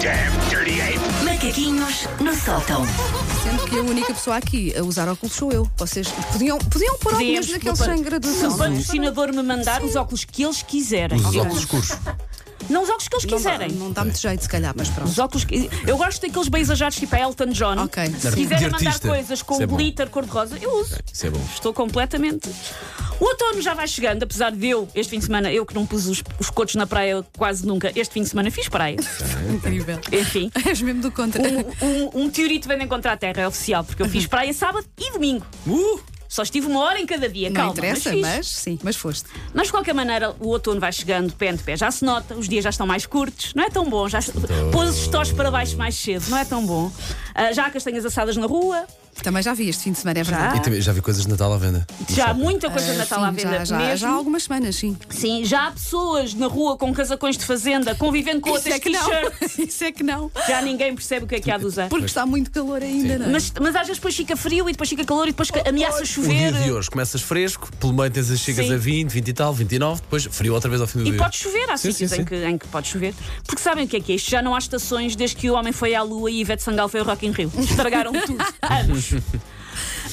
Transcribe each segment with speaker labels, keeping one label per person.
Speaker 1: damn dirty ape!
Speaker 2: Macaquinhos no sótão.
Speaker 3: Sendo que a única pessoa aqui a usar óculos sou eu. Vocês podiam, podiam pôr
Speaker 4: Podíamos,
Speaker 3: óculos daquele
Speaker 4: desculpa.
Speaker 3: sem graduação.
Speaker 4: Se o patrocinador me mandar os óculos que eles quiserem.
Speaker 5: Os óculos escuros.
Speaker 4: Não os óculos que eles quiserem.
Speaker 3: Não dá muito jeito, se calhar, mas
Speaker 4: Os
Speaker 3: pronto.
Speaker 4: óculos que... Eu gosto daqueles bem exagerados tipo a Elton John.
Speaker 3: Ok.
Speaker 4: Se
Speaker 3: De
Speaker 4: quiserem mandar
Speaker 5: artista.
Speaker 4: coisas com
Speaker 5: Isso é bom.
Speaker 4: glitter cor-de-rosa, eu uso.
Speaker 5: Isso é bom.
Speaker 4: Estou completamente. O outono já vai chegando, apesar de eu, este fim de semana, eu que não pus os, os cotos na praia quase nunca, este fim de semana fiz praia.
Speaker 3: É Incrível.
Speaker 4: Enfim.
Speaker 3: És mesmo do contra.
Speaker 4: Um, um teorito vem de encontrar a terra, é oficial, porque eu fiz praia sábado e domingo.
Speaker 5: Uhum. Uh!
Speaker 4: Só estive uma hora em cada dia,
Speaker 3: Não
Speaker 4: calma.
Speaker 3: interessa,
Speaker 4: fiz.
Speaker 3: mas sim, mas foste.
Speaker 4: Mas de qualquer maneira, o outono vai chegando, pé ante pé já se nota, os dias já estão mais curtos, não é tão bom. Já pôs os tós para baixo mais cedo, não é tão bom. Ah, já há castanhas assadas na rua,
Speaker 3: Também já vi este fim de semana, é verdade.
Speaker 4: Ah.
Speaker 5: E também já vi coisas de Natal à venda.
Speaker 4: já há muita coisa de Natal
Speaker 3: É, Sim,
Speaker 4: à venda
Speaker 3: já, já,
Speaker 4: mesmo.
Speaker 3: já há algumas semanas, sim.
Speaker 4: Sim, já há pessoas na rua com casacões de fazenda, convivendo com outras t-shirts.
Speaker 3: Isso é que não.
Speaker 4: Já ninguém percebe o que é que há de usar.
Speaker 3: Porque está muito calor ainda, não é?
Speaker 4: Mas, mas às vezes depois fica frio e depois fica calor e depois ca- ameaça
Speaker 5: O Um dia
Speaker 4: chover.
Speaker 5: de hoje começas fresco, pelo meio tens as chegas
Speaker 4: Sim.
Speaker 5: a 20, 20 e tal, 29, depois frio outra vez ao fim do
Speaker 4: E
Speaker 5: dia.
Speaker 4: pode chover, há
Speaker 5: Sim,
Speaker 4: sítios
Speaker 5: sim,
Speaker 4: em
Speaker 5: sim.
Speaker 4: que, em que pode chover. Porque sabem o que é que é isto? Já não há estações desde que o homem foi à Lua e Ivete Sangal foi ao Rock in Rio. Estragaram tudo. Anos.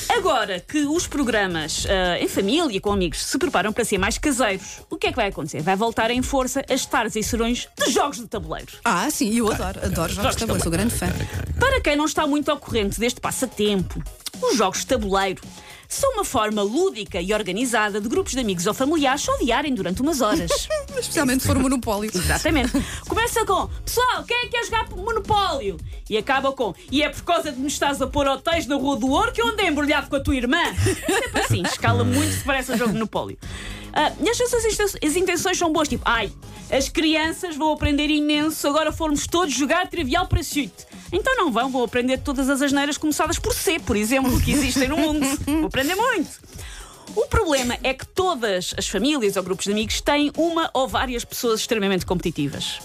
Speaker 4: Agora que os programas ah, em família, com amigos, se preparam para ser mais caseiros, o que é que vai acontecer? Vai voltar em força as tardes e serões de jogos de tabuleiro.
Speaker 3: Ah, sim, eu adoro, adoro jogos de tabuleiro, sou grande fã.
Speaker 4: Para quem não está muito ao corrente deste passatempo, os jogos de tabuleiro são uma forma lúdica e organizada de grupos de amigos ou familiares se odiarem durante umas horas.
Speaker 3: Especialmente se for o monopólio.
Speaker 4: Exatamente. Começa com Pessoal, quem é que quer jogar Monopólio? E acaba com E é por causa de me estás a pôr hotéis na Rua do Ouro que eu andei embrulhado com a tua irmã. Sempre assim, escala muito se parece um jogo de Monopólio. Ah, e às vezes as inten- as intenções são boas, tipo, ai, as crianças vão aprender imenso se agora formos todos jogar Trivial para Chute. Então não vão, vão aprender todas as asneiras começadas por C, por exemplo, que existem no mundo. Vão aprender muito. O problema é que todas as famílias ou grupos de amigos têm uma ou várias pessoas extremamente competitivas.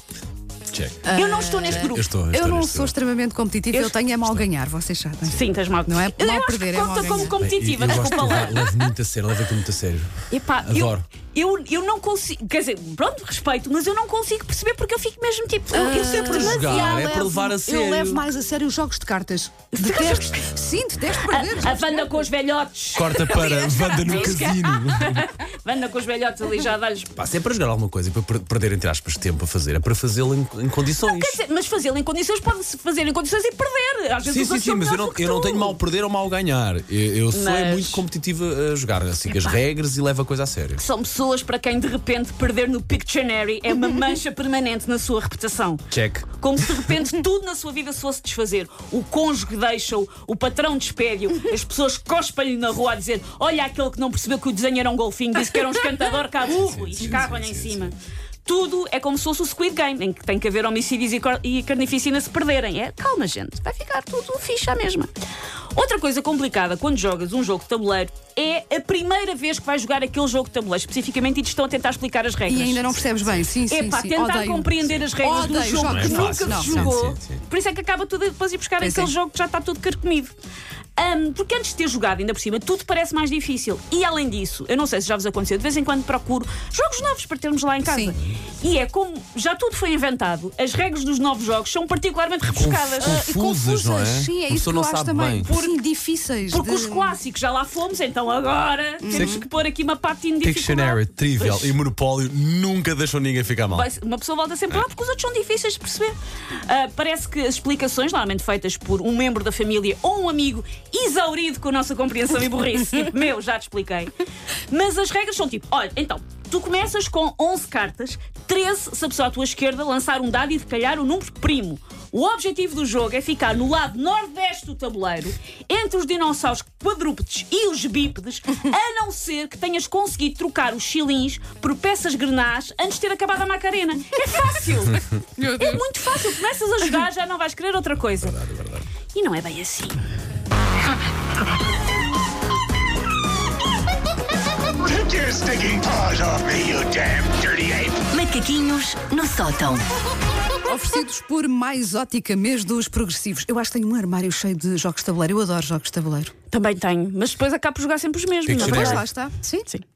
Speaker 5: Check.
Speaker 4: eu não estou neste grupo.
Speaker 5: É, Eu estou, eu estou
Speaker 3: Eu não
Speaker 5: neste
Speaker 3: sou
Speaker 5: grupo.
Speaker 3: extremamente competitiva,
Speaker 4: Eu-
Speaker 3: eu tenho é mal ganhar, vocês sabem.
Speaker 4: Sim, estás mal.
Speaker 3: Não é
Speaker 4: eu
Speaker 3: mal
Speaker 4: acho que
Speaker 3: perder, é mal
Speaker 4: conta como
Speaker 3: ganhar.
Speaker 4: competitiva,
Speaker 5: eu, eu gosto de
Speaker 4: desculpa lá.
Speaker 5: levar, levo muito a sério, levo aquilo muito a sério.
Speaker 4: Epá, eu,
Speaker 5: Adoro.
Speaker 4: eu, eu não consigo. Quer dizer, pronto, respeito, mas eu não consigo perceber porque eu fico mesmo tipo. eu- eu sei por
Speaker 5: jogar,
Speaker 4: demasiado.
Speaker 5: é para levar a sério.
Speaker 3: Eu levo mais a sério os jogos de cartas. Detesto. Sim, detesto perder.
Speaker 5: Ah,
Speaker 4: A Wanda com os velhotes.
Speaker 5: Corta para Vanda no casino.
Speaker 4: Wanda com os velhotes ali já dá-lhes.
Speaker 5: Pá, se é para jogar alguma coisa e para per- perder, entre aspas, tempo a fazer, é para fazê-lo em, em condições.
Speaker 4: Quer dizer, mas fazê-lo em condições pode-se fazer em condições e perder. Às vezes
Speaker 5: Sim,
Speaker 4: os
Speaker 5: sim,
Speaker 4: outros
Speaker 5: sim,
Speaker 4: são
Speaker 5: mas eu
Speaker 4: melhores
Speaker 5: não,
Speaker 4: do que
Speaker 5: eu não
Speaker 4: tu.
Speaker 5: tenho mal perder ou mal ganhar. Eu, eu sou é
Speaker 4: Mas-
Speaker 5: muito competitiva a jogar, assim, que as regras e levo a coisa a sério.
Speaker 4: São pessoas para quem de repente perder no Pictionary é uma mancha permanente na sua reputação.
Speaker 5: Check.
Speaker 4: Como se de repente tudo na sua vida se fosse desfazer. O cônjuge deixa-o, o patrão despede-o, as pessoas cospam-lhe na rua a dizer: Olha aquele que não percebeu que o desenho era um golfinho, disse que era um escantador caburro e
Speaker 5: sim,
Speaker 4: escarram-lhe
Speaker 5: sim,
Speaker 4: em
Speaker 5: sim,
Speaker 4: cima. Tudo é como se fosse o Squid Game, em que tem que haver homicídios e cor- e carnificina se perderem. É calma, gente, vai ficar tudo fixe à mesma. Outra coisa complicada quando jogas um jogo de tabuleiro é a primeira vez que vais jogar aquele jogo de tabuleiro especificamente e te estão a tentar explicar as
Speaker 5: ah,
Speaker 4: regras.
Speaker 3: E ainda não percebes bem, sim, sim.
Speaker 4: Epá,
Speaker 3: sim.
Speaker 4: tentar
Speaker 3: Odeio.
Speaker 4: compreender as regras
Speaker 3: Odeio
Speaker 4: de um jogo
Speaker 3: jogos.
Speaker 4: que
Speaker 3: Não é
Speaker 4: nunca
Speaker 3: fácil,
Speaker 4: se
Speaker 3: não,
Speaker 4: jogou.
Speaker 5: sim, sim.
Speaker 4: Por isso é que acaba tudo a- depois ir buscar
Speaker 3: Pois
Speaker 4: aquele
Speaker 3: é.
Speaker 4: jogo que já está todo carcomido. Ahm, porque antes de ter jogado, ainda por cima, tudo parece mais difícil. E além disso, eu não sei se já vos aconteceu, de vez em quando procuro jogos novos para termos lá em casa.
Speaker 3: Sim.
Speaker 4: E é como já tudo foi inventado, as regras dos novos jogos são particularmente rebuscadas.
Speaker 5: Confu-
Speaker 4: Ah,
Speaker 3: E
Speaker 5: Confusas, não é?
Speaker 3: Sim, é
Speaker 5: Uma
Speaker 3: isso
Speaker 5: pessoa
Speaker 3: que
Speaker 5: não
Speaker 3: eu acho
Speaker 5: sabe
Speaker 3: também.
Speaker 5: bem.
Speaker 3: Sim, difíceis.
Speaker 4: Porque
Speaker 3: de-
Speaker 4: os clássicos já lá fomos, então agora temos que pôr aqui uma patina de
Speaker 5: Pictionary,
Speaker 4: dificuldade.
Speaker 5: Trivial
Speaker 4: Pois.
Speaker 5: e Monopólio nunca deixam ninguém ficar mal.
Speaker 4: Vai- uma pessoa volta sempre lá porque os outros são difíceis de perceber. Ah, parece que as explicações, normalmente feitas por um membro da família ou um amigo, exaurido com a nossa compreensão e burrice, tipo, meu, já te expliquei. Mas as regras são tipo: olha, então, tu começas com 11 cartas, 13 se a pessoa à tua esquerda lançar um dado e decalhar o número primo. O objetivo do jogo é ficar no lado nordeste do tabuleiro, entre os dinossauros quadrúpedes e os bípedes, a não ser que tenhas conseguido trocar os chilins por peças grenás antes de ter acabado a Macarena. É fácil!
Speaker 3: Meu
Speaker 4: É
Speaker 3: Deus.
Speaker 4: muito fácil. Começas a jogar, já não vais querer outra coisa. E não é bem assim.
Speaker 1: Take your stinking paws off me, you damn dirty ape!
Speaker 2: Macaquinhos no sótão.
Speaker 3: Oferecidos por Mais Ótica, mês dos progressivos. Eu acho que tenho um armário cheio de jogos de tabuleiro. Eu adoro jogos de tabuleiro.
Speaker 4: Também tenho, mas depois acabo por jogar sempre os mesmos. é
Speaker 5: Pictionary.
Speaker 3: Mas
Speaker 5: Genérico.
Speaker 3: lá está. Sim?
Speaker 4: Sim.